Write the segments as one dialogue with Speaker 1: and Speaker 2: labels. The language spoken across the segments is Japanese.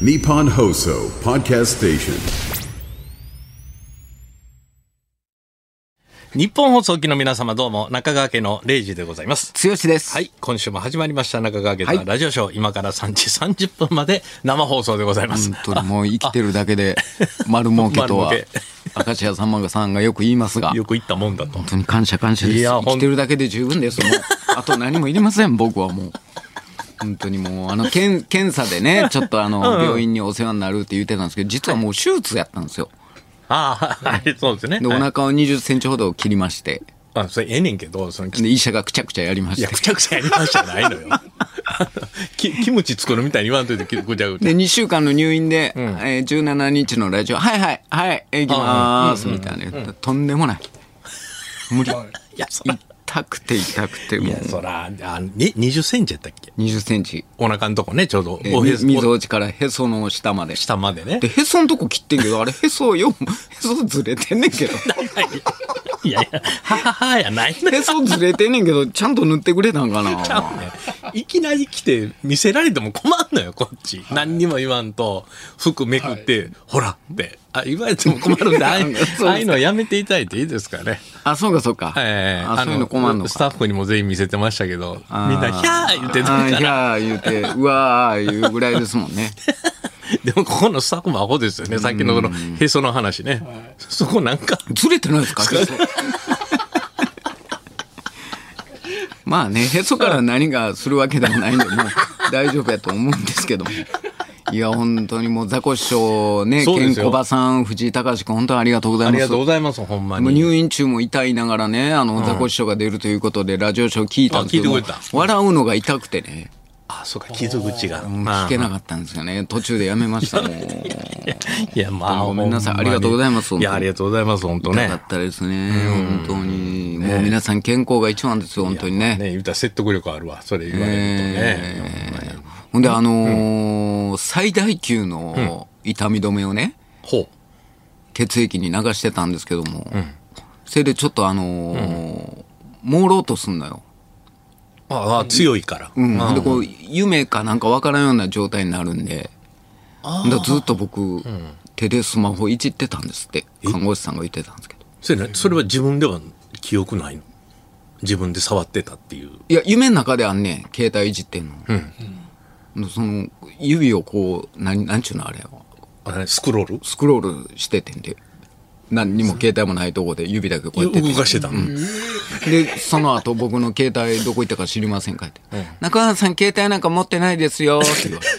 Speaker 1: Nippon Hoso Podcast Station.
Speaker 2: 日本放送機の皆様どうも中川家の礼二でございます。
Speaker 3: 剛です。
Speaker 2: はい、今週も始まりました中川家では
Speaker 3: はい
Speaker 2: ラジオショー、今から3時30分まで生放送でございます。
Speaker 3: 本当にもう生きてるだ けで丸儲けとは
Speaker 2: 丸儲
Speaker 3: 明石家さんまさんがよく言いますが
Speaker 2: よ
Speaker 3: 本
Speaker 2: く言ったもんだと。
Speaker 3: 当に感謝感謝です
Speaker 2: いやほん
Speaker 3: 生きてるだけで十分ですもうあと何もいりません僕はもう本当にもうあの 検検査でねちょっとあの病院にお世話になるって言ってたんですけど実はもう手術やったんですよ
Speaker 2: ああ、はい、そうですね。
Speaker 3: でお
Speaker 2: はい
Speaker 3: 腹を20センチほど切りまして
Speaker 2: あそれええねんけど、その、き
Speaker 3: で医者がくちゃくちゃやりま
Speaker 2: い
Speaker 3: し
Speaker 2: や、
Speaker 3: て
Speaker 2: くちゃくちゃやりましたじゃないのよ。 きキムチ作るみたいに言わんといて、きぐちゃぐちゃ。
Speaker 3: で2週間の入院で、えー17日のラジオ「はいはいはい行きまーす」みたいな言ったとんでもない無理
Speaker 2: いや、そら、
Speaker 3: 痛くて痛くて
Speaker 2: い
Speaker 3: もう
Speaker 2: や、そら、あに20センチやったっけ
Speaker 3: 20センチ、
Speaker 2: お腹のとこね、ちょうど、
Speaker 3: えー
Speaker 2: おへ
Speaker 3: みみぞ
Speaker 2: お
Speaker 3: おちからへその下まで
Speaker 2: 下までね
Speaker 3: で。へそのとこ切ってんけどあれへそよへそずれてんねんけど
Speaker 2: いやいや、はははやないのよ
Speaker 3: へそずれてんねんけどちゃんと塗ってくれたんかな
Speaker 2: ちゃうねいきなり来て見せられても困んのよ、こっち。何にも言わんと、服めくって、ほらって。あ、言われても困るんで、ああい
Speaker 3: そうです
Speaker 2: ああいうのやめていただいていいですかね。
Speaker 3: あそうかそうか、
Speaker 2: ええ
Speaker 3: あそういうの困んの
Speaker 2: ス
Speaker 3: か
Speaker 2: タッフにも全員見せてましたけど、みんな、ひゃー言ってた
Speaker 3: あー
Speaker 2: から。
Speaker 3: いやー言うてうわー言うぐらいですもんね
Speaker 2: でも、ここのスタッフもアホですよね。さっきのこのへその話ね。そこなんか、
Speaker 3: ずれてない ですかへそ まあねへそから何がするわけでもないんでも う大丈夫やと思うんですけどもいや本当にもうザコシショウね
Speaker 2: そうで
Speaker 3: ケン
Speaker 2: すよ
Speaker 3: コバさん藤井隆君本当にありがとうござい
Speaker 2: あ
Speaker 3: ま
Speaker 2: りが
Speaker 3: す
Speaker 2: とうございます、ほんま
Speaker 3: もう
Speaker 2: に。
Speaker 3: 入院中も痛いながらねあのザコシショウが出るということでラジオショー聞いたんですけど
Speaker 2: あ聞
Speaker 3: も
Speaker 2: いてくれた
Speaker 3: 笑うのが痛くてね
Speaker 2: あ、そうか、傷口が。ま
Speaker 3: 聞
Speaker 2: あ
Speaker 3: けなかったんですよね途中でやめ ましたもう
Speaker 2: いや、まあ、
Speaker 3: ごめんなさいありがとうございます
Speaker 2: ほんにいや、ありがとうございます、本当
Speaker 3: 痛
Speaker 2: ね
Speaker 3: か。ったですね本当にもう皆さん健康が一番ですよ本当にね
Speaker 2: ね、言うたら説得力あるわ、それ言われるとね。ほんまに
Speaker 3: ほんで、あのー最大級の痛み止めをね、
Speaker 2: ほう。
Speaker 3: 血液に流してたんですけども、それでちょっとあのー朦朧とすんのよ。
Speaker 2: ああ、強いから。
Speaker 3: うん。ほんで、こう、夢かなんかわからんような状態になるんで、ほんでずっと僕、手でスマホいじってたんですって、看護師さんが言ってたんですけど。
Speaker 2: それねそれは自分では記憶ないの自分で触ってたっていう。
Speaker 3: いや、夢の中であんねん、携帯いじってんの。でその、指をこう、なん、なんちゅうのあれは。
Speaker 2: あれスクロール
Speaker 3: スクロールしててんで何にも携帯もないとこで指だけこうやって
Speaker 2: 動かしてたの。
Speaker 3: てでその後僕の携帯どこ行ったか知りませんかって「中川さん携帯なんか持ってないですよ」って言われて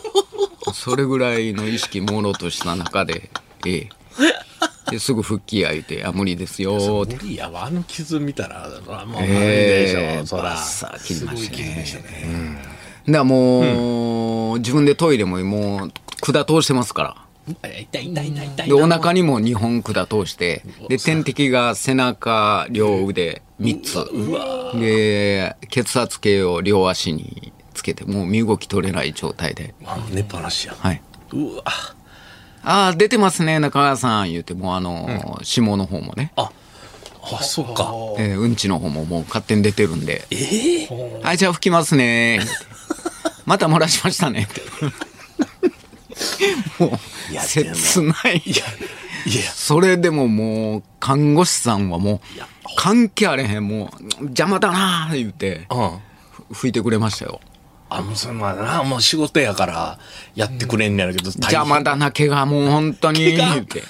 Speaker 3: それぐらいの意識朦朧とした中でええですぐ復帰や言うて「あ無理ですよ」っ
Speaker 2: 無
Speaker 3: て
Speaker 2: 理やわ、あの傷見たら、そらもう悪いでしょ、
Speaker 3: ええ
Speaker 2: そら。
Speaker 3: さあ切りましたねうんだからもう、自分でトイレももう管通してますから
Speaker 2: 痛い痛い痛い痛い
Speaker 3: で。お腹にも2本管通してで点滴が背中両腕3つで血圧計を両足につけてもう身動き取れない状態で
Speaker 2: あ寝っぱなしや。
Speaker 3: はいう
Speaker 2: わ。
Speaker 3: ああ出てますね中川さん言ってもうあのー下の方もね
Speaker 2: あ、そうか。
Speaker 3: えーうんちの方ももう勝手に出てるんではいじゃあ拭きますねまた漏らしましたねっても
Speaker 2: いうや
Speaker 3: 切ない
Speaker 2: いや、
Speaker 3: それでももう、看護師さんはもう、関係あれへん、もう、邪魔だなー言って、
Speaker 2: うん。
Speaker 3: 拭いてくれましたよ。
Speaker 2: あ、もうそれまあな、もう仕事やから、やってくれんねやろけど、大変
Speaker 3: 邪魔だな、怪我、もう本当に、
Speaker 2: 怪我
Speaker 3: 言って。うん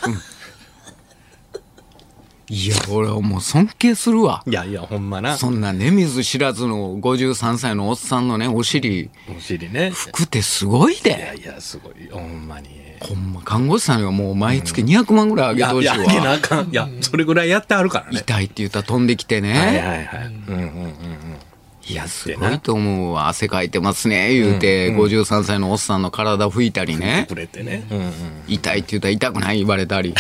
Speaker 3: いや、俺はもう尊敬するわ。
Speaker 2: いやいや、ほんまな。
Speaker 3: そんなね、見ず知らずの53歳のおっさんのね、お尻、
Speaker 2: お尻ね。
Speaker 3: 拭くってすごい
Speaker 2: いや
Speaker 3: で。
Speaker 2: いや、すごい。ほんまに。
Speaker 3: ほんま、看護師さんにはもう毎月200万ぐらいあ
Speaker 2: い
Speaker 3: げて
Speaker 2: や、
Speaker 3: ほ
Speaker 2: い
Speaker 3: しい
Speaker 2: や、いけな
Speaker 3: わ。
Speaker 2: あかん。いや、それぐらいやってあるからね。
Speaker 3: 痛いって言ったら飛んできてね。
Speaker 2: はいはいはい。うんうんうん。
Speaker 3: いや、すごいと思うわ。汗かいてますね、言うて、53歳のおっさんの体拭いたりね
Speaker 2: く。れてね。うんうん。
Speaker 3: 痛いって言ったら痛くない言われた り。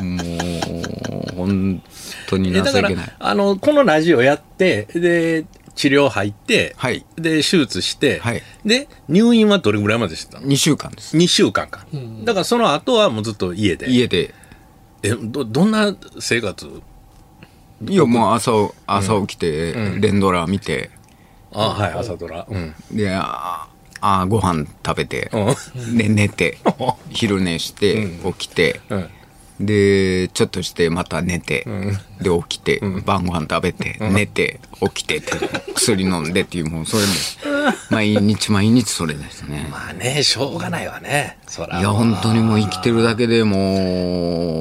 Speaker 3: もう、本当に
Speaker 2: え
Speaker 3: 情
Speaker 2: だか
Speaker 3: けな
Speaker 2: ら
Speaker 3: い。、
Speaker 2: あの、このラジオやって、で、治療入って、
Speaker 3: はい
Speaker 2: で、手術して、
Speaker 3: はい
Speaker 2: で、入院はどれぐらいまでしてたの
Speaker 3: 2週間です。
Speaker 2: ?2 週間か。だからその後はもうずっと家で。
Speaker 3: 家で。
Speaker 2: え、ど、どんな生活
Speaker 3: いや、もう朝、朝起きて、連ドラ見て、
Speaker 2: あ、はい、朝ドラ。うん。
Speaker 3: で、ああーご飯食べて、で寝て昼寝して起きて、でちょっとしてまた寝て、で起きて、晩ご飯食べて、寝て起きてって薬飲んでっていうもうそれも毎日毎日それですね。
Speaker 2: まあね、しょうがないわね。そら。
Speaker 3: いや本当にもう生きてるだけでも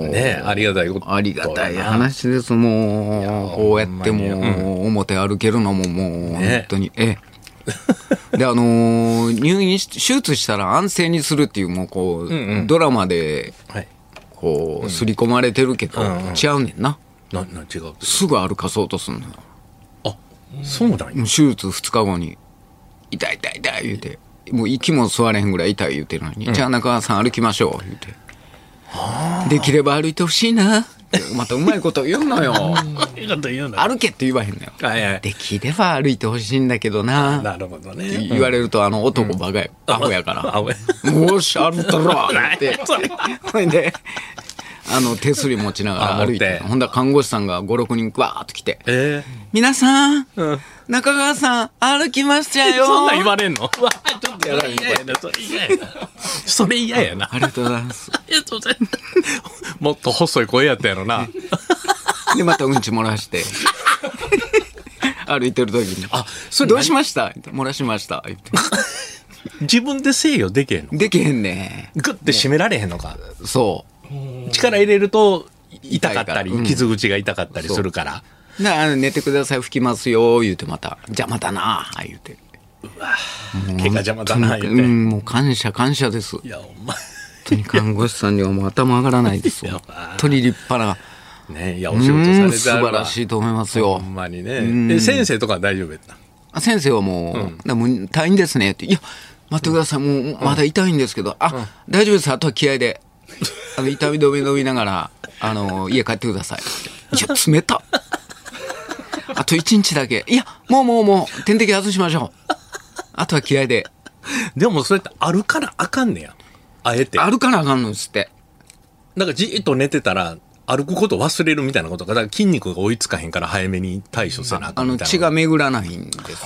Speaker 3: う
Speaker 2: ねありがたいこと。
Speaker 3: ありがたい話です、もう。こうやってもう、表歩けるのももう、本当に。え え。で、あのー入院し、手術したら安静にするっていう、もうこう、ドラマで、
Speaker 2: はい。
Speaker 3: こう、刷り込まれてるけど、違うねんな。
Speaker 2: な、な、違う。
Speaker 3: すぐ歩かそうとすんのよ。も
Speaker 2: あ、そうなん
Speaker 3: う
Speaker 2: や。
Speaker 3: 手術2日後に、痛い痛い痛い言うて、もう息も吸われへんぐらい痛い言うてるのに、じゃあ中川さん歩きましょう、言うて。できれば歩いてほしい な。ってまたうまいこと言うのよ。
Speaker 2: いいこと言うな。
Speaker 3: 歩けって言わへんのよ。
Speaker 2: はいはい。
Speaker 3: できれば歩いてほしいんだけどな。
Speaker 2: なるほどね。
Speaker 3: 言われると、あの男バカや、アホやから。
Speaker 2: あ、俺。
Speaker 3: よーし、歩ったろ
Speaker 2: な
Speaker 3: っ
Speaker 2: ん
Speaker 3: て
Speaker 2: や。それ
Speaker 3: ほいで、あの、手すり持ちなが
Speaker 2: あ
Speaker 3: ら歩い。
Speaker 2: 持ってて
Speaker 3: ほんだら看護師さんが5、6人わーっと来て。
Speaker 2: え
Speaker 3: 皆さん、中川さん、歩きました
Speaker 2: え。
Speaker 3: よ。
Speaker 2: そんなん言われんのうわ、ちょっとやらいやな。それ嫌やな。それ嫌やな。
Speaker 3: ありがとうございます。
Speaker 2: ありがとうございますもっと細い声やったやろな。
Speaker 3: で、またうんち漏ら して。歩いてる時に。
Speaker 2: あ、それ
Speaker 3: どうしました漏らしました。言って
Speaker 2: 自分で制御できへんの
Speaker 3: できへんね。
Speaker 2: グッて締められへんのか。
Speaker 3: そう。
Speaker 2: 力入れると痛かっ
Speaker 3: 痛
Speaker 2: た
Speaker 3: いからう
Speaker 2: り、
Speaker 3: ん
Speaker 2: 傷口が痛かったりするから。
Speaker 3: なあの寝てください吹きますよ言うてまたじゃあまたなあ言うて
Speaker 2: 怪我邪魔だな、
Speaker 3: う
Speaker 2: 言って。
Speaker 3: んもう感謝感謝です本
Speaker 2: いや、お前。
Speaker 3: 当に看護師さんにはもう頭上がらないで す
Speaker 2: いや
Speaker 3: 本当に立派な
Speaker 2: ねいや、お
Speaker 3: う
Speaker 2: 仕事され
Speaker 3: ん
Speaker 2: て
Speaker 3: 素晴らし
Speaker 2: い。
Speaker 3: いと思います
Speaker 2: ほ
Speaker 3: よ
Speaker 2: んまにね。え、先生とかは大丈夫やった。
Speaker 3: あ先生はもう,、もう退院ですねっていや待ってくださいもうまだ痛いんですけど、あ、大丈夫ですあとは気合であの痛み止め飲みながらあの家帰ってくださいいや冷たあと一日だけいやもうもうもう点滴外しましょうあとは気合で
Speaker 2: でも、それってあるからあかんねや。あえて。
Speaker 3: あるからあかんのですって。
Speaker 2: なんかじーっと寝てたら、歩くこと忘れるみたいなことが、だから筋肉が追いつかへんから早めに対処せなあか
Speaker 3: あ
Speaker 2: んみ
Speaker 3: の
Speaker 2: たいな。
Speaker 3: 血が巡らないんです。だか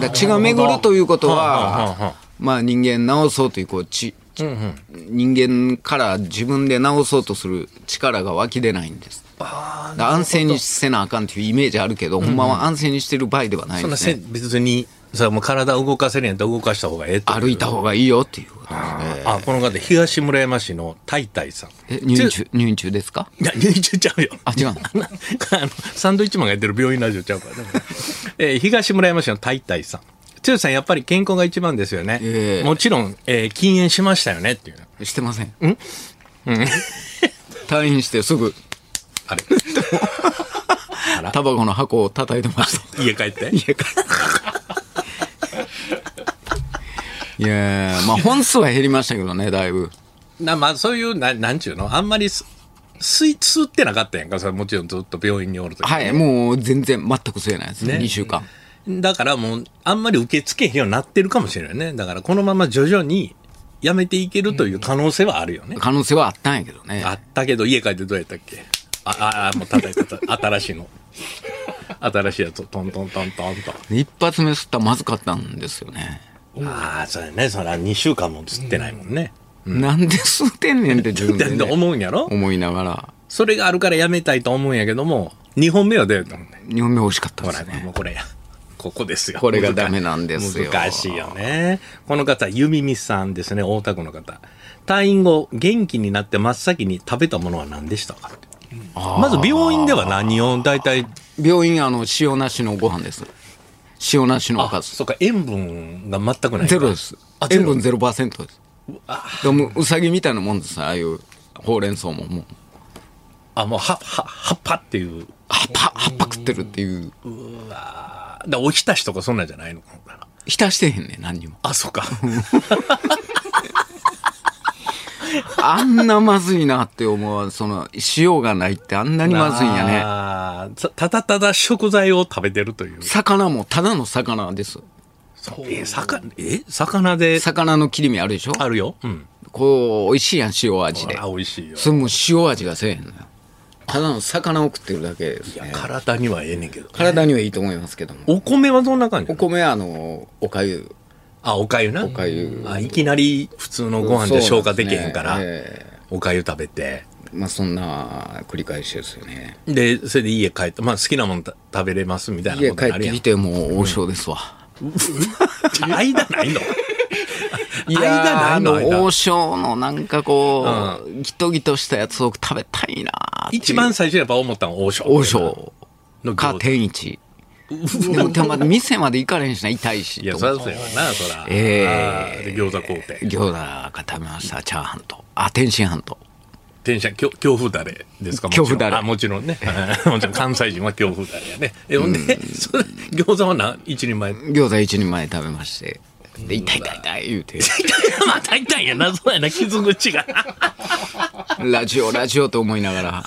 Speaker 3: ら血が巡るということ
Speaker 2: はあはあは
Speaker 3: は
Speaker 2: あ、
Speaker 3: まあ人間治そうというこう血、人間から自分で治そうとする力が湧き出ないんです。だから安静にせなあかんというイメージあるけど、ほんまは安静にしてる場合ではない
Speaker 2: そん
Speaker 3: で
Speaker 2: な
Speaker 3: す、
Speaker 2: せ
Speaker 3: ね。
Speaker 2: ん別に、さ、もう体動かせるんやったら動かした方がええと。
Speaker 3: 歩いた方がいいよっていうことですね。
Speaker 2: あ、この方、東村山市のタイタイさん。
Speaker 3: え入院中、入院中ですか
Speaker 2: いや、入院中ちゃうよ。
Speaker 3: あ、違うの。
Speaker 2: な あの、サンドイッチマンがやってる病院ラジオちゃうからね。えー東村山市のタイタイさん。剛さん、やっぱり健康が一番ですよね。
Speaker 3: ええ
Speaker 2: もちろん、えー禁煙しましたよねっていうの。
Speaker 3: してません。うん退院してすぐ
Speaker 2: あれ。
Speaker 3: タバコの箱を叩いてました。
Speaker 2: 家帰って。
Speaker 3: 家帰って。いやーまあ本数は減りましたけどね、だいぶ。
Speaker 2: な、まあ、そういう、ななんちゅうのあんまりす、吸い、吸ってなかったやんか。それもちろんずっと病院におるとき
Speaker 3: はい、もう全然全く吸えないですね、
Speaker 2: ね
Speaker 3: 2週間。
Speaker 2: だからもう、あんまり受け付けへんようになってるかもしれないね。だから、このまま徐々にやめていけるという可能性はあるよね。
Speaker 3: 可能性はあったんやけどね。
Speaker 2: あったけど、家帰ってどうやったっけあ、あ、あもう叩い た、新しいの。新しいやつをトントントントンと。
Speaker 3: 一発目吸ったらまずかったんですよね。
Speaker 2: ああ、それね、それは2週間も釣ってないもんね。
Speaker 3: なんで吸ってんねんって自分
Speaker 2: って
Speaker 3: で、 ね、
Speaker 2: 思うんやろ
Speaker 3: 思いながら。
Speaker 2: それがあるからやめたいと思うんやけども、2本目は出ると思うね。
Speaker 3: 2本目美味しかった
Speaker 2: ほ
Speaker 3: で
Speaker 2: ら
Speaker 3: す
Speaker 2: ね、
Speaker 3: ね。
Speaker 2: もうこれや。ここですよ。
Speaker 3: これがダメなんですよ
Speaker 2: 難しいよね。この方、ゆみみさんですね、大田区の方。退院後、元気になって真っ先に食べたものは何でしたかってまず病院では何を大体、
Speaker 3: 病院、あの、塩なしのご飯です。塩なしのおか
Speaker 2: あ、
Speaker 3: ず。
Speaker 2: そうか、塩分が全くない。
Speaker 3: ゼロです
Speaker 2: あ。ゼロ
Speaker 3: 塩分ゼロパーセントです。でもうさぎみたいなもんですああいうほうれん草ももう。
Speaker 2: あ、もう、は、は、葉っぱっていう。
Speaker 3: 葉っぱ、葉っぱ食ってるっていう。
Speaker 2: あだからおひたしとかそんなんじゃないのかな。
Speaker 3: 浸してへんねん何にも。
Speaker 2: あ、そうか。
Speaker 3: あんなまずいなって思う。その、塩がないってあんなに まずいんやね。
Speaker 2: あーたただただ食材を食べてるという。
Speaker 3: 魚もただの魚です。
Speaker 2: え、魚、え魚で、
Speaker 3: 魚の切り身あるでしょ
Speaker 2: あるよ。うん。
Speaker 3: こう、美味しいやん、塩味で
Speaker 2: あ、。美味しいよ。
Speaker 3: それもう塩味がせえへんのよ。ただの魚を食ってるだけで
Speaker 2: い
Speaker 3: す
Speaker 2: や
Speaker 3: ね。
Speaker 2: 体にはええねんけど。
Speaker 3: 体にはいいと思いますけども。
Speaker 2: お米はどんな感じ
Speaker 3: お米はあの、おかゆ。
Speaker 2: あ、おかゆな。
Speaker 3: おかゆ
Speaker 2: あ、いきなり普通のご飯で消化できへんから、
Speaker 3: そうなんですねえ
Speaker 2: おかゆ食べて。
Speaker 3: えまあそんな繰り返しですよね
Speaker 2: で、それで家帰って、まあ好きなものた食べれますみたいな
Speaker 3: 家
Speaker 2: こと
Speaker 3: 帰
Speaker 2: にな
Speaker 3: っ
Speaker 2: る
Speaker 3: て
Speaker 2: やん
Speaker 3: き。てもう王将ですわ、
Speaker 2: 間ないの
Speaker 3: いやー
Speaker 2: 間ないの
Speaker 3: あの王
Speaker 2: 間。
Speaker 3: 将のなんかこう、ギトギトしたやつを食べたいなーっていう
Speaker 2: 一番最初やっぱ思ったのは王将。
Speaker 3: 王将
Speaker 2: の
Speaker 3: か
Speaker 2: 餃子。
Speaker 3: 天一でもたま店まで行かれへんしな痛いし
Speaker 2: いや、
Speaker 3: と
Speaker 2: そ
Speaker 3: 思
Speaker 2: りゃ
Speaker 3: って
Speaker 2: そうやわな、そら。
Speaker 3: ええ
Speaker 2: あーで、餃子買うて。
Speaker 3: 餃子が食べましたチャーハンとあ天津飯と
Speaker 2: 天津きょ恐怖だれです かもちろん
Speaker 3: 恐怖だれ
Speaker 2: あ、もちろんね。 はいもちろん関西人は恐怖だれやね。え、ほんで、それ、餃子はな、一人 前。
Speaker 3: 餃子一人前食べましてで痛い痛い痛い言うて
Speaker 2: また痛いんや、謎やな、傷口が。
Speaker 3: ラジオラジオと思いなが ら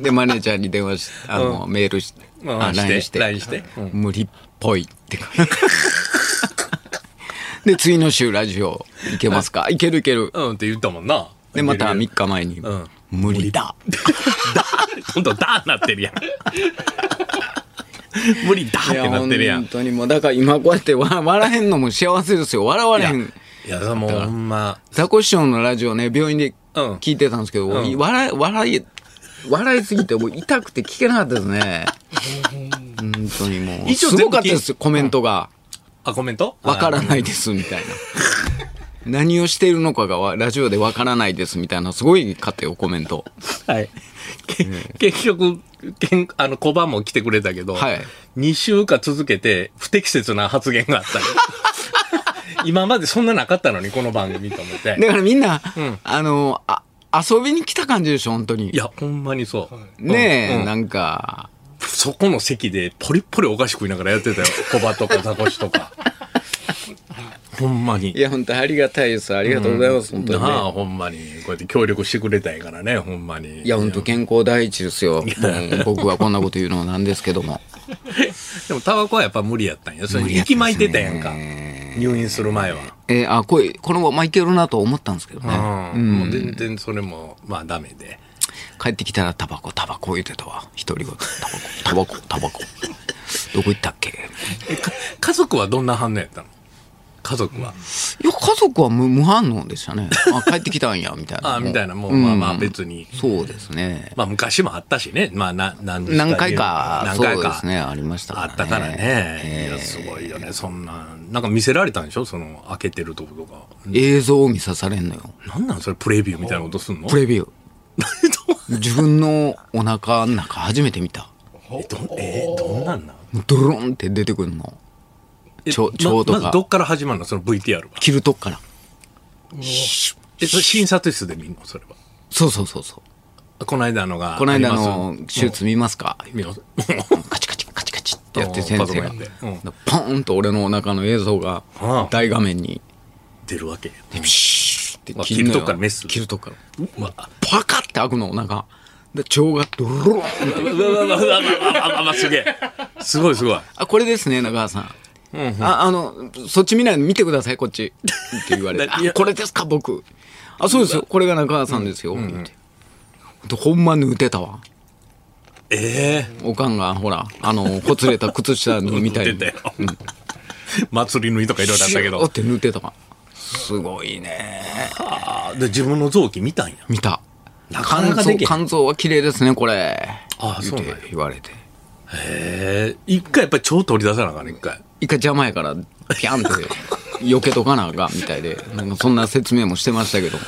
Speaker 3: でマネージャーに電話してあの、メールして
Speaker 2: うん
Speaker 3: あ
Speaker 2: して
Speaker 3: LINE して
Speaker 2: LINE してう
Speaker 3: 無理っぽいって で次の週ラジオ行けますか行ける行ける
Speaker 2: うんって言ったもんな。
Speaker 3: でまた
Speaker 2: 見
Speaker 3: 3日前に、
Speaker 2: ん
Speaker 3: 無理だ
Speaker 2: 今度ダーなってるやん。 無理だーっ
Speaker 3: いや
Speaker 2: てなってるやん。
Speaker 3: 本当にもうだから今こうやってわ笑えんのも幸せですよ笑われへん
Speaker 2: いや、もうほんま、
Speaker 3: ザコシショウのラジオね病院で
Speaker 2: うん
Speaker 3: 聞いてたんですけど、
Speaker 2: ん
Speaker 3: 笑い笑い笑いすぎてもう痛くて聞けなかったですね本当にもう
Speaker 2: 一応
Speaker 3: す
Speaker 2: 全
Speaker 3: ご
Speaker 2: 部
Speaker 3: か
Speaker 2: 聞
Speaker 3: った
Speaker 2: い
Speaker 3: ですよコメントが
Speaker 2: あ、コメント
Speaker 3: 「わから
Speaker 2: ん。
Speaker 3: ないです」みたいな何をしているのかがわラジオで「わからないです」みたいなすごいかったよコメント
Speaker 2: はい。け結局、けんあの、小判も来てくれたけど、
Speaker 3: はい
Speaker 2: 2週間続けて不適切な発言があった り。今までそんななかったのに、この番組と思って。
Speaker 3: だからみんな、あのあ遊びに来た感じでしょ本当に
Speaker 2: いや、ほんまにそう。
Speaker 3: ねえ、
Speaker 2: うんうん
Speaker 3: なんか
Speaker 2: そこの席でポリポリお菓子食いながらやっ てたよ。小判とかザコシとか。ほんまに。
Speaker 3: いや、本当ありがたいです。ありがとうございます。本当に、
Speaker 2: な
Speaker 3: ね。
Speaker 2: あ、ほんまに。こうやって協力してくれたんやからね、ほんまに。
Speaker 3: いや、本当健康第一ですよ。もう僕はこんなこと言うのもなんですけども。
Speaker 2: でも、タバコはやっぱ無理やったんや。それ
Speaker 3: 無理やった
Speaker 2: 息巻いてたやんか。入院する前は。
Speaker 3: えーあ、これ、このままいけるなと思ったんですけどね。
Speaker 2: うん。もう全然それも、まあダメで。
Speaker 3: 帰ってきたらタバコ、タバコ言うてたわ。一人ごと。タバコ、タバコ、タバコ。どこ行ったっけ
Speaker 2: えか家族はどんな反応やったの家族は。
Speaker 3: いや、家族は無無反応でしたね。あ、帰ってきたんや、みたいな。
Speaker 2: ああ、みたいな、もう、
Speaker 3: ん
Speaker 2: まあまあ別に。
Speaker 3: そうですね。
Speaker 2: まあ昔もあったしね。まあな、何日
Speaker 3: 何回か、
Speaker 2: 何回
Speaker 3: そう
Speaker 2: か。
Speaker 3: ですね、ありましたから
Speaker 2: あ
Speaker 3: ね。
Speaker 2: ったからね。いや、すごいよね。そんな、なんか見せられたんでしょその、開けてるとことか。
Speaker 3: 映像を見さされんのよ。
Speaker 2: なんなんそれ、プレビューみたいなことすんの
Speaker 3: プレビュー。自分のお腹の中初めて見た。
Speaker 2: え、どん、えー、どんなんなん
Speaker 3: ドロンって出てくるの。
Speaker 2: え
Speaker 3: ちょ
Speaker 2: ま
Speaker 3: ちょうどか
Speaker 2: まずどっから始まるのその VTR は。
Speaker 3: 切るとこから。
Speaker 2: え、それ診察室で見るのそれは。
Speaker 3: そうそうそうそう。
Speaker 2: あこの間のが。
Speaker 3: この間
Speaker 2: あ
Speaker 3: の
Speaker 2: ります
Speaker 3: 手術見ますか
Speaker 2: 見ます。
Speaker 3: カチカチカチカチってやって
Speaker 2: うん
Speaker 3: 先
Speaker 2: パ
Speaker 3: 生が
Speaker 2: ソコンやってうん。
Speaker 3: ポーンと俺のお腹の映像が
Speaker 2: ああ
Speaker 3: 大画面に。
Speaker 2: 出るわけ。
Speaker 3: ピシュって
Speaker 2: あ
Speaker 3: のよ
Speaker 2: 切るとこからメス
Speaker 3: 切るとこから。
Speaker 2: うわ、
Speaker 3: パカって開くのお腹。で、腸がドローンって。
Speaker 2: うわうわうわうわうわうわうわうわすげえ。すごいすごい。
Speaker 3: あ、これですね、中川さん。ああの、そっち見ないで見てください、こっち。って言われて。
Speaker 2: だ いや
Speaker 3: あこれですか、僕。あ、そうですよ。これが中川さんですよ。ってでほんまに打てたわ。
Speaker 2: ええ
Speaker 3: おかんが、ほら、あの、ほつれた靴下のみた い
Speaker 2: 出
Speaker 3: に。
Speaker 2: たよ。祭り縫いとかいろいろあったけ
Speaker 3: シュー
Speaker 2: ど
Speaker 3: っ。て塗ってたわ。すごいね。
Speaker 2: あで、自分の臓器見たんや。
Speaker 3: 見た。
Speaker 2: なかなかできへん
Speaker 3: 肝臓肝臓は綺麗ですね、これ。
Speaker 2: あそうなんや
Speaker 3: 言て言われて。
Speaker 2: ええ一回やっぱり腸取り出さなあかんね、一回。
Speaker 3: 一回邪魔やから、ピャンって、 避けとかなあかんみたいで。なんかそんな説明もしてましたけど。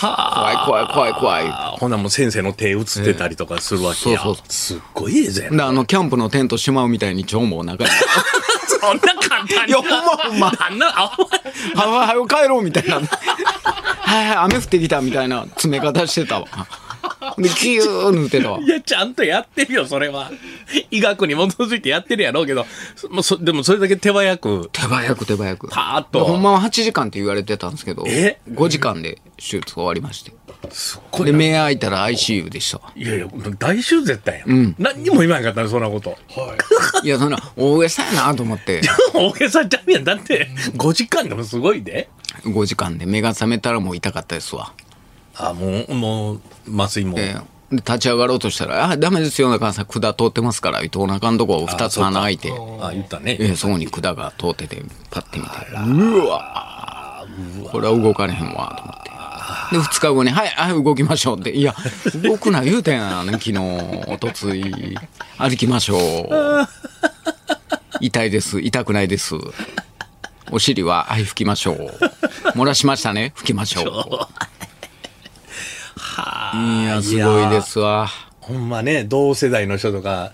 Speaker 3: 怖い怖い怖い怖い。
Speaker 2: あほんならもう先生の手映ってたりとかするわけや。
Speaker 3: そうそう
Speaker 2: すっごいええぜ。
Speaker 3: で、あの、キャンプのテントしまうみたいに腸も 中に。
Speaker 2: そんな簡単に。
Speaker 3: いやほんまほんま
Speaker 2: あんな、あほんま
Speaker 3: はははよ帰ろうみたいな。はいはい、雨降ってきたみたいな詰め方してたわ。で、キュー塗ってたわ
Speaker 2: い。や、ちゃんとやってるよ、それは。医学に基づいてやってるやろうけど、そもうそでもそれだけ手早く、
Speaker 3: 手早く手早く。
Speaker 2: パーッと
Speaker 3: でほんまは8時間って言われてたんですけど、
Speaker 2: え
Speaker 3: 5時間で手術が終わりまして。
Speaker 2: すっご
Speaker 3: で、
Speaker 2: いな。
Speaker 3: 目開いたら ICU でしたわ。
Speaker 2: いやいや、大手絶対やん。何にも言わへんかったね、そんなこと。
Speaker 3: いや、そんな、大げさやなと思って、
Speaker 2: 大げさちゃうやん。だって、5時間でもすごいで。
Speaker 3: 5時間で目が覚めたらもう痛かったですわ。
Speaker 2: あ、もう、もう、麻酔も。
Speaker 3: えーで立ち上がろうとしたら、あ、ダメですよ、中川さん、管通ってますから、言ってお腹のとこ二つ穴開いて、
Speaker 2: あ、言ったね。
Speaker 3: ええそこに管が通ってて、パッて見て、うわこれは動かれへんわ、と思って。で、二日後に、はい、はい、動きましょうって、いや、動くな言うたやん、昨日、おとつい、歩きましょう。痛いです、痛くないです。お尻は、はい、拭きましょう。漏らしましたね、拭きましょう。いや、すごいですわ。
Speaker 2: ほんまね、同世代の人とか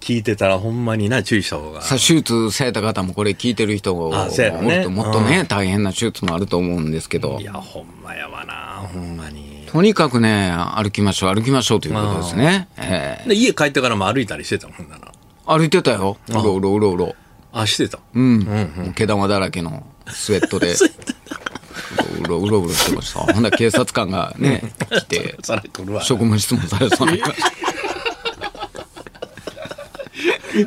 Speaker 2: 聞いてたらほんまにな、注意した方が。
Speaker 3: さ手術された方もこれ聞いてる人も
Speaker 2: あそうやろね
Speaker 3: おるともっとね、大変な手術もあると思うんですけど
Speaker 2: い、や、ほんまやわな、ほんまに。
Speaker 3: とにかくね、歩きましょう、歩きましょうということですね。ええ
Speaker 2: で、家帰ってからも歩いたりしてたもんだな。
Speaker 3: 歩いてたよ。うろうろうろうろ。
Speaker 2: あ、してた。
Speaker 3: うん。もう毛玉だらけの スウェットで。うろうろうろうろしてました。ほんだら警察官がね、来て、
Speaker 2: さら来るわ。
Speaker 3: 職務質問されそうな顔して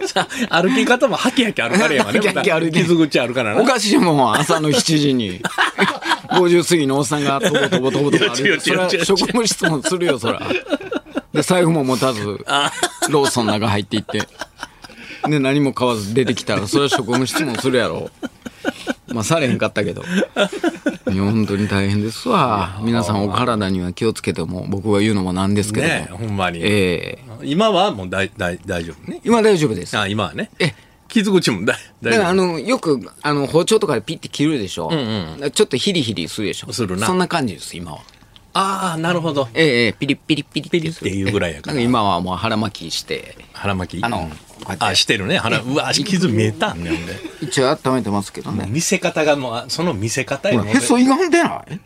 Speaker 2: さ歩き方もハキハキ歩かれやわね。
Speaker 3: ハキハキ歩いて
Speaker 2: 傷口あるからな。
Speaker 3: おかしいもん、朝の7時に。50過ぎのおっさ んがとぼとぼとぼとぼ歩
Speaker 2: 違
Speaker 3: い
Speaker 2: う違う違う
Speaker 3: て、それは職務質問するよ、そら。で、財布も持たず、ローソンの中入っていって、で、何も買わず出てきたら、それは職務質問するやろ。まあ、されへんかったけど。いや本当に大変ですわ。皆さんお体には気をつけても、僕が言うのもなんですけども。
Speaker 2: ねほんまに。
Speaker 3: ええ
Speaker 2: 今はもう大大大丈夫ね。
Speaker 3: 今大丈夫です。
Speaker 2: あ、今はね。
Speaker 3: え
Speaker 2: 傷口も大大
Speaker 3: だからあ
Speaker 2: 丈
Speaker 3: のよくあの包丁とかでピッて切るでしょ、だからちょっとヒリヒリするでしょ
Speaker 2: するな
Speaker 3: そんな感じです今は
Speaker 2: 夫。ああ、なるほど。
Speaker 3: ええええピリッピリッピリピリっ
Speaker 2: っていうぐらいやか
Speaker 3: なん
Speaker 2: ら
Speaker 3: か今はもう腹巻きして
Speaker 2: 腹巻き
Speaker 3: あの
Speaker 2: うん
Speaker 3: こうやって
Speaker 2: あしてるね腹うわ傷見えたんねほんで
Speaker 3: 一応温めてますけどね
Speaker 2: 見せ方がもうあその見せ方
Speaker 3: ほ
Speaker 2: や
Speaker 3: ら
Speaker 2: ね
Speaker 3: へそ歪んでない
Speaker 2: ん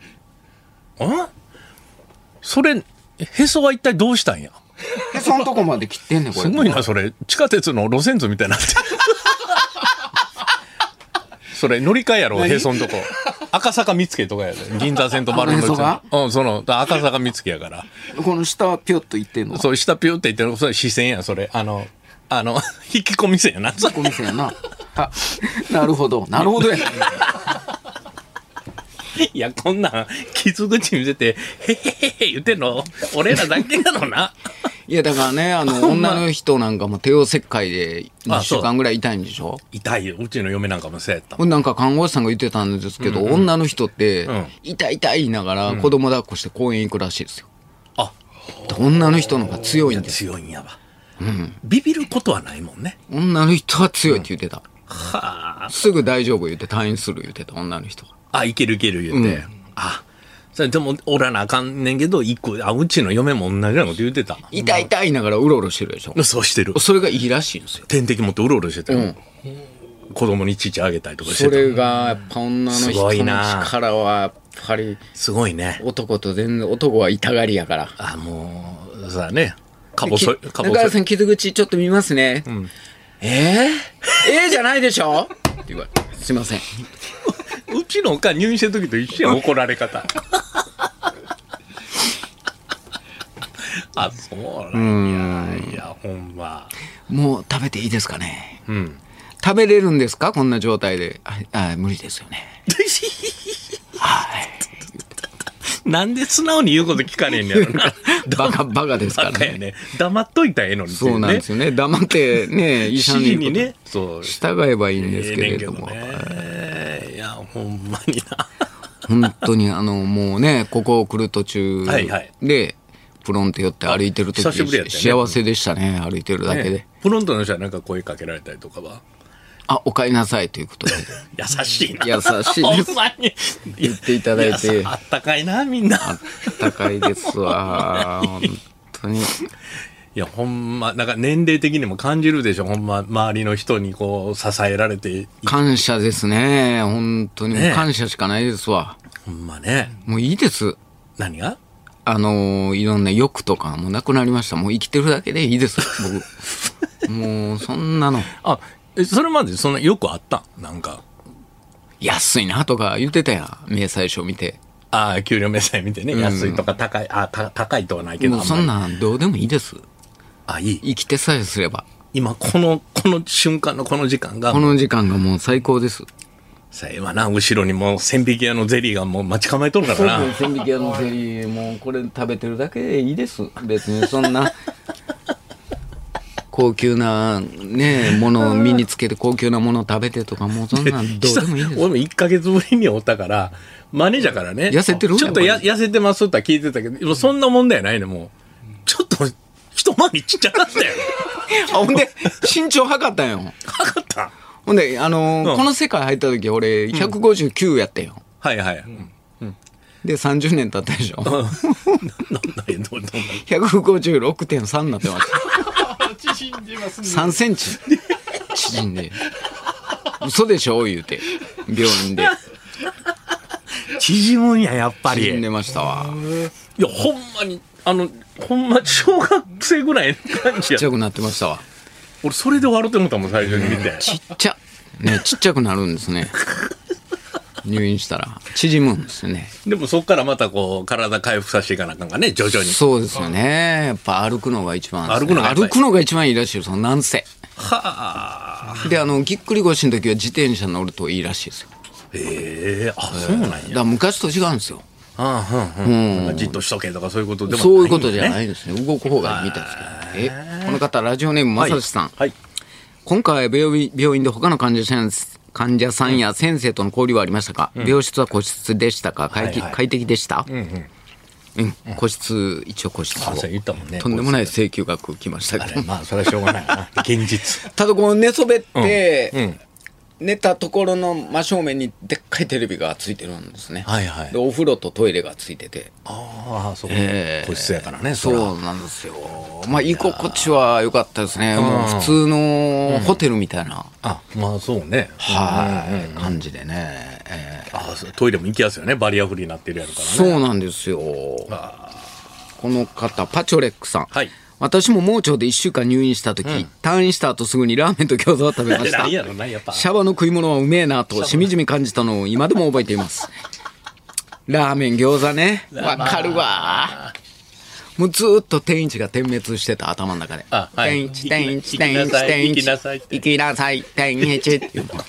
Speaker 2: それへそは一体どうしたんや
Speaker 3: へそのとこまで切ってんねんこれ
Speaker 2: すごいなそれ地下鉄の路線図みたいにな ってるそれ乗り換えやろへそんとこ赤坂見附とかやで銀座線と丸の内
Speaker 3: あへそが
Speaker 2: うんその赤坂見附やから
Speaker 3: この下はピョッといってんの
Speaker 2: そう下ピュって言ってるそれ視線やそれあのあの 引き込み線やな
Speaker 3: こ店やなあなるほどなるほどや
Speaker 2: いや、こんなん、傷口見せて、へへへへ言ってんの、俺らだけなのな。
Speaker 3: いやだからねあの女の人なんかも帝王切開で1
Speaker 2: あそう
Speaker 3: 週間ぐらい痛いんでしょ
Speaker 2: 痛いよ、うちの嫁なんかもそうやったもん。
Speaker 3: これなんか看護師さんが言ってたんですけど、女の人って、
Speaker 2: ん
Speaker 3: 痛い痛い言いながら子供抱っこして公園行くらしいですよ。
Speaker 2: あ、
Speaker 3: 女の人の方が強いんです。
Speaker 2: 強いんやわ。ビビることはないもんね。
Speaker 3: 女の人は強いって言ってた。
Speaker 2: はあ。
Speaker 3: すぐ大丈夫言って退院する言ってた女の人が。
Speaker 2: あ、いけるいける言って。あ、それでも、おらなあかんねんけど、一個、あ、うちの嫁も同じようなこと言ってた。
Speaker 3: 痛い痛い言いながらうろうろしてるでしょ。
Speaker 2: そうしてる。
Speaker 3: それがいいらしいんですよ。
Speaker 2: 点滴持ってうろうろしてたよ。子供にいちいちあげたりとかして
Speaker 3: そ
Speaker 2: た。
Speaker 3: れがやっぱ女の
Speaker 2: す
Speaker 3: 人
Speaker 2: ご
Speaker 3: の
Speaker 2: いな
Speaker 3: 力はやっぱり
Speaker 2: すごいね。
Speaker 3: 男と全然男は痛がりやから。
Speaker 2: あ、もう、さあね。かぼ
Speaker 3: き
Speaker 2: そい、
Speaker 3: 中
Speaker 2: かぼそ
Speaker 3: 川さ
Speaker 2: い。
Speaker 3: ん傷口ちょっと見ますね。えー、えー、じゃないでしょって言われてすいません。
Speaker 2: うちのおかん入院してる時と一緒やん怒られ 方あそうなんやいやほんま
Speaker 3: もう食べていいですかね、食べれるんですかこんな状態でああ無理ですよね
Speaker 2: なんで素直に言うこと聞かねえんやろな
Speaker 3: バカバカですか
Speaker 2: バ
Speaker 3: ら
Speaker 2: カや
Speaker 3: ね
Speaker 2: ね黙っといたらええのにってい
Speaker 3: そうなんですよね黙っ てね医
Speaker 2: 指
Speaker 3: 者の
Speaker 2: 示
Speaker 3: 言うこ
Speaker 2: に
Speaker 3: と
Speaker 2: ねそう
Speaker 3: 従えばいいんで
Speaker 2: え
Speaker 3: す
Speaker 2: え
Speaker 3: け
Speaker 2: ねん
Speaker 3: れ
Speaker 2: け
Speaker 3: ど
Speaker 2: ど
Speaker 3: も、
Speaker 2: ねいやほんまにな
Speaker 3: 本当にあのもうねここ来る途中で、
Speaker 2: はいはい
Speaker 3: プロンって寄って歩いてる時
Speaker 2: あ久しぶりやったよね
Speaker 3: 幸せでしたね歩いてるだけで、
Speaker 2: ね フロントの人はなんか声かけられたりとかは
Speaker 3: あお帰りなさいということで
Speaker 2: 優しいな
Speaker 3: 優しいです
Speaker 2: ほんまに
Speaker 3: 言っていただいて
Speaker 2: やあったかいなみんな
Speaker 3: 高いですわ本当に
Speaker 2: いや、ほんま、なんか年齢的にも感じるでしょ、ほんま、周りの人にこう、支えられて、
Speaker 3: 感謝ですね本当にもう感謝しかないですわ、
Speaker 2: ほんまね。
Speaker 3: もういいです。
Speaker 2: 何が
Speaker 3: あのーいろんな欲とかもうなくなりました。もう生きてるだけでいいです。 僕。もう、そんなの、
Speaker 2: あ、えそれまでそんなよくあったんなんか、
Speaker 3: 安いなとか言ってたやん。明細書見て。
Speaker 2: ああ、給料明細見てね、安いとか高い、あた高いとはないけど、
Speaker 3: もうそ
Speaker 2: あ
Speaker 3: ん
Speaker 2: んま
Speaker 3: なんどうでもいいです。
Speaker 2: り。あ、いい。
Speaker 3: 生きてさえすれば。
Speaker 2: 今、この、この瞬間のこの時間が
Speaker 3: こ、の時間がもう最高です。
Speaker 2: さえはな、後ろにもう千匹屋のゼリーがもう待ち構えとるからな。
Speaker 3: 千匹屋のゼリーもうこれ食べてるだけでいいです別にそ んな高級なねものを身につけて高級なものを食べてとかもうそ んなんどうでもいいです
Speaker 2: 俺も1ヶ月ぶりにおったから、マネージャーからね。
Speaker 3: 痩せてる
Speaker 2: ちょっとや痩せてますとは聞いてたけど、もうそんな問題ないね、もう。ちょっと、一回りちっちゃかったよ。
Speaker 3: あほんで身長測ったんよ
Speaker 2: 測った。
Speaker 3: ほんであのー
Speaker 2: うん
Speaker 3: この世界入った時俺159やったよ、
Speaker 2: はいはい。うん。
Speaker 3: で30年経ったでしょ
Speaker 2: なんだよ、どうどう
Speaker 3: 156.3になっ てます3センチ縮んで嘘でしょ言うて病院で
Speaker 2: 縮むんや、やっぱり。
Speaker 3: 縮ん
Speaker 2: い
Speaker 3: でましたわ
Speaker 2: や、ほんまに、あの、ほんま小学生ぐらいの感じ
Speaker 3: ちっち
Speaker 2: や。
Speaker 3: ゃくなってましたわ
Speaker 2: 俺、それで笑ってもったもん、最初に見て。
Speaker 3: ちっちゃねちっちゃくなるんですね入院したら縮むんですよね
Speaker 2: でも、そっからまたこう、体回復させていかなあかんからね、徐々に。
Speaker 3: そうですよねやっぱ歩くのが一番です
Speaker 2: 歩
Speaker 3: ね、
Speaker 2: くのがやっぱり
Speaker 3: 歩くのが一番いいらしいよそのなんせ
Speaker 2: はあ。
Speaker 3: であのぎっくり腰の時は自転車乗るといいらしいですよ
Speaker 2: ええあ、そうなん
Speaker 3: だ
Speaker 2: や。
Speaker 3: から昔と違うんですよ
Speaker 2: ああ、うんうん。なんかじっとしとけとかそういうことでもない、ね。。
Speaker 3: そういうことじゃないいですね動く方がいいみたいですけどえこの方ラジオネームまさしさん、
Speaker 2: はい。
Speaker 3: 今回は病院病院で他の患者さん患者さんや先生との交流はありましたか、病室は個室でしたか快適,、
Speaker 2: はいはい
Speaker 3: 快適でした、うん個室一応個室を
Speaker 2: あそう言ったもんね
Speaker 3: とんでもない請求額来ました
Speaker 2: あ
Speaker 3: け
Speaker 2: れ、
Speaker 3: ど
Speaker 2: まあ、それはしょうがないな。 現実。
Speaker 3: ただこの寝そべって、寝たところの真正面にでっかいテレビがついてるんですね、
Speaker 2: はいはい
Speaker 3: でお風呂とトイレがついてて
Speaker 2: ああ、そう、
Speaker 3: ええ
Speaker 2: 個室やからね、そ
Speaker 3: そ
Speaker 2: れは。
Speaker 3: うなんですよまあ居心地は良かったですねもう普通のホテルみたいな、
Speaker 2: あ、まあそうね。
Speaker 3: はい、感じでね、えー
Speaker 2: あそうトイレも行きやすいよね。バリアフリーになってるやろからね。
Speaker 3: そうなんですよこの方パチョレックさん、
Speaker 2: はい
Speaker 3: 私も盲腸で1週間入院した時、退院した後すぐにラーメンと餃子を食べました
Speaker 2: 何やろな、やっ ぱ。
Speaker 3: シャバの食い物はうめえなとしみじみ感じたのを今でも覚えています。ラーメン餃子ね。わかるわ。もうずーっと天一が点滅してた頭の中で。
Speaker 2: あはい
Speaker 3: 天一、天
Speaker 2: 行き
Speaker 3: 一、
Speaker 2: な
Speaker 3: 天一、
Speaker 2: さい
Speaker 3: 天一。
Speaker 2: 行きなさいって
Speaker 3: 行きなさい、天一っていう。
Speaker 2: そ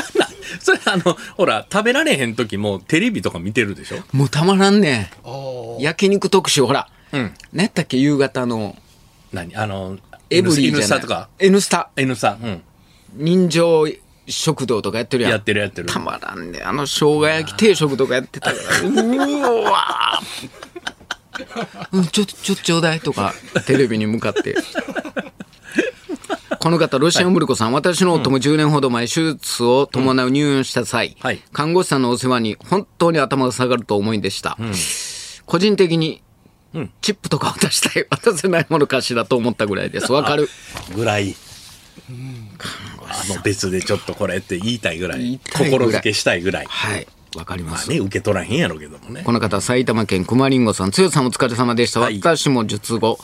Speaker 2: んなそれあの、ほら、食べられへん時もテレビとか見てるでしょ
Speaker 3: もうたまらんねん。焼肉特集、ほら。
Speaker 2: うん
Speaker 3: 何やったっけ、夕方の。
Speaker 2: 何あの、
Speaker 3: エブリィ
Speaker 2: N
Speaker 3: じゃ
Speaker 2: ス
Speaker 3: な
Speaker 2: タ
Speaker 3: い。
Speaker 2: とか。
Speaker 3: N スタ。
Speaker 2: N スタ。うん。
Speaker 3: 人情食堂とかやってるやん。
Speaker 2: やってるやってる。
Speaker 3: たまらんねあの生姜焼き定食とかやってたからうわーうんちょっとちょっとちょうだいとかテレビに向かってこの方ロシアンブルコさん、私の夫も10年ほど前手術を伴う入院した際、
Speaker 2: はい
Speaker 3: 看護師さんのお世話に本当に頭が下がると思いでした、個人的にチップとか渡したい渡せないものかしらと思ったぐらいですわかる
Speaker 2: ぐらい。あの別でちょっとこれって言いたいぐら
Speaker 3: 言い
Speaker 2: い
Speaker 3: たいぐらい
Speaker 2: 心付けしたいぐらい、
Speaker 3: はいわかります、
Speaker 2: ね、受け取らへんやろうけどもね
Speaker 3: この方、埼玉県熊りんごさん、剛さんお疲れ様でした。
Speaker 2: はい
Speaker 3: 私も術後、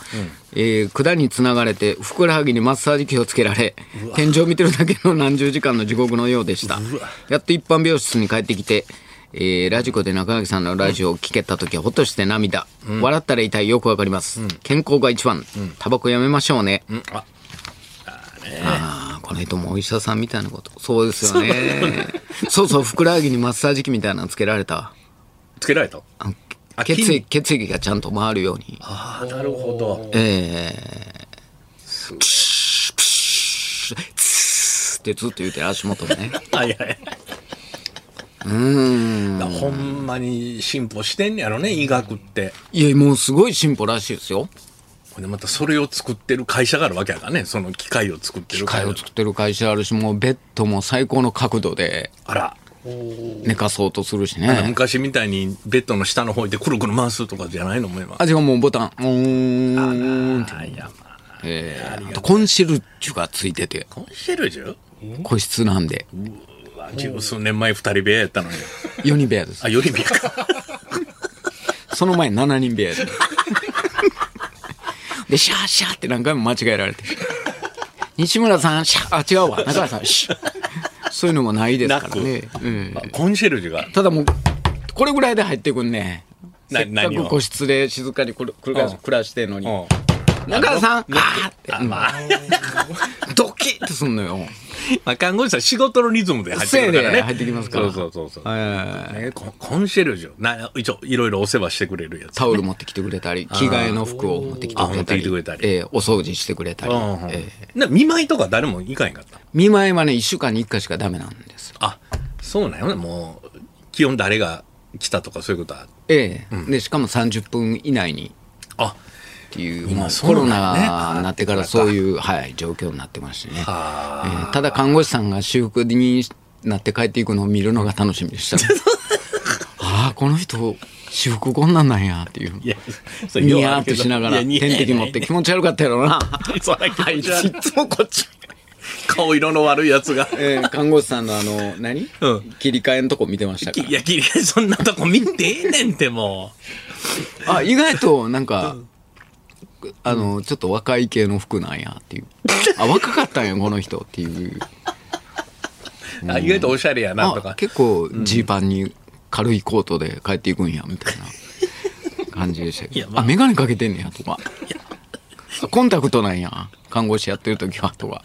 Speaker 3: えー管につながれて、ふくらはぎにマッサージ機をつけられ、天井を見てるだけの何十時間の地獄のようでした。やっと一般病室に帰ってきて、えーラジコで中垣さんのラジオを聞けた時はほっとして涙、笑ったら痛いよくわかります、健康が一番、タバコやめましょうね、
Speaker 2: あ
Speaker 3: ああこの人もお医者さんみたいなことそうですよね そうそうふくらはぎにマッサージ機みたいなのつけられた
Speaker 2: つけられたあ
Speaker 3: 血
Speaker 2: 筋
Speaker 3: 液血液がちゃんと回るように
Speaker 2: あなるほど
Speaker 3: ええプシュプシュツーってずっと言うてる足元でね。
Speaker 2: はいはいうんほんまに進歩してんねやろね医学って
Speaker 3: いや、もうすごい進歩らしいですよ。
Speaker 2: ほんでまたそれを作ってる会社があるわけやからねその機械を作ってる
Speaker 3: 会を作ってる会社あるし、もうベッドも最高の角度で
Speaker 2: あら
Speaker 3: 寝かそうとするしね。
Speaker 2: 昔みたいにベッドの下の方でくるくる回すとかじゃないのも今
Speaker 3: 味がもうボタン。うーん。
Speaker 2: いやまあ
Speaker 3: ええあとコンシェルジュがついてて、
Speaker 2: コンシェルジュ
Speaker 3: 個室なんで、
Speaker 2: うわ十数年前二人部屋やったのに
Speaker 3: 4人部屋です
Speaker 2: あ。より部屋 か
Speaker 3: その前7人部屋で。で、シャーシャーって何回も間違えられて。西村さん、シャー、あ、違うわ。中原さん、シャー。そういうのもないですからね。うん
Speaker 2: あコンシェルジュが
Speaker 3: ただもう、これぐらいで入ってくんね。せ
Speaker 2: な
Speaker 3: っか
Speaker 2: 何
Speaker 3: く
Speaker 2: を
Speaker 3: 個室で静かにくるくるが暮らしてんのに
Speaker 2: うん。
Speaker 3: 中田さん、あーって
Speaker 2: あまあ、
Speaker 3: ドキッとすんのよ。
Speaker 2: まあ看護師さん仕事のリズムで入ってくるから
Speaker 3: せい
Speaker 2: ね。
Speaker 3: で入ってきますから
Speaker 2: そうそうそうそう。
Speaker 3: えー
Speaker 2: ねココンシェルジュ。な、一応、いろいろお世話してくれるやつ。
Speaker 3: タオル持ってきてくれたり、着替えの服を持ってきて
Speaker 2: あ
Speaker 3: く
Speaker 2: 持
Speaker 3: れ
Speaker 2: って
Speaker 3: た
Speaker 2: き
Speaker 3: り、
Speaker 2: てくれたり
Speaker 3: えーお掃除してくれたり、
Speaker 2: うんうん
Speaker 3: えー
Speaker 2: な見舞いとか誰も行かへんかった。
Speaker 3: 見舞いはね、1週間に1回しかダメなんですよ。
Speaker 2: あ、そうなんよね。もう、基本誰が来たとかそういうことは。
Speaker 3: ええで、しかも30分以内に
Speaker 2: あ、
Speaker 3: っていう、
Speaker 2: 今
Speaker 3: もう
Speaker 2: そ
Speaker 3: コ
Speaker 2: う
Speaker 3: ロ
Speaker 2: なんだね
Speaker 3: ナになってからそういう、はい、状況になってましてね。
Speaker 2: あ
Speaker 3: えーただ看護師さんが修復になって帰っていくのを見るのが楽しみでした。 ああ、この人、修復こんなんなんやっていう。
Speaker 2: ーいや、そ
Speaker 3: ニヤーってしなが
Speaker 2: い
Speaker 3: ら点
Speaker 2: やニヤ
Speaker 3: 滴持って気持ち悪かったやろな。
Speaker 2: そら気持ち悪い
Speaker 3: あいついつもこっち。
Speaker 2: 顔色の悪いやつが。
Speaker 3: えー看護師さんのあの、何、
Speaker 2: うん
Speaker 3: 切り替えのとこ見てましたか
Speaker 2: いや、きりそんなとこ見んでええねんっても
Speaker 3: ら。あ、意外となんか、あの、ちょっと若い系の服なんやっていう。あ、若かったんや、この人っていう。
Speaker 2: う。あ意外とおしゃれやなと
Speaker 3: あ
Speaker 2: か。
Speaker 3: 結構ジーパンに軽いコートで帰っていくんや、みたいな感じでしたけ
Speaker 2: や
Speaker 3: ど。
Speaker 2: まあ
Speaker 3: あ、メガネかけてんねや、とか。あコンタクトなんや、看護師やってる時は、とか。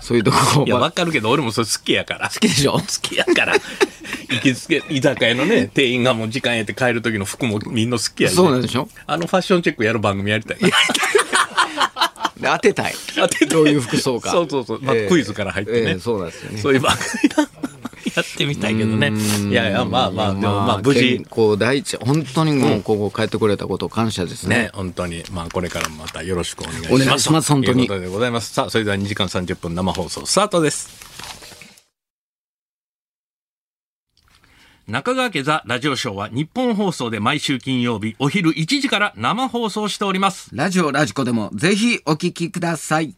Speaker 3: そういうとこ
Speaker 2: いや、
Speaker 3: 好
Speaker 2: わかるけど、俺もそれ好きやから。好
Speaker 3: きでしょ
Speaker 2: きやから。行きつけ、居酒屋のね、店員がもう時間やって帰る時の服もみんな好きやね
Speaker 3: そうなんでしょ
Speaker 2: あのファッションチェックやる番組やりたいな。
Speaker 3: で当てたい。
Speaker 2: 当てたい
Speaker 3: どういう服装か。
Speaker 2: そうそうそうまあクイズから入ってね
Speaker 3: ええそうなんですよね。
Speaker 2: そういう番組だやってみたいけどね。いやいや、まあまあ、でもまあ無
Speaker 3: 健
Speaker 2: 事。
Speaker 3: 康第一、本当にもうここ帰ってくれたこと感謝ですね。
Speaker 2: ね、本当に、まあ、これからもまたよろしくお願いします。
Speaker 3: お願いします本当に
Speaker 2: ということでございます。さあ、それでは2時間30分生放送スタートです。中川家ザラジオショーは日本放送で毎週金曜日お昼1時から生放送しております。
Speaker 3: ラジオラジコでもぜひお聞きください。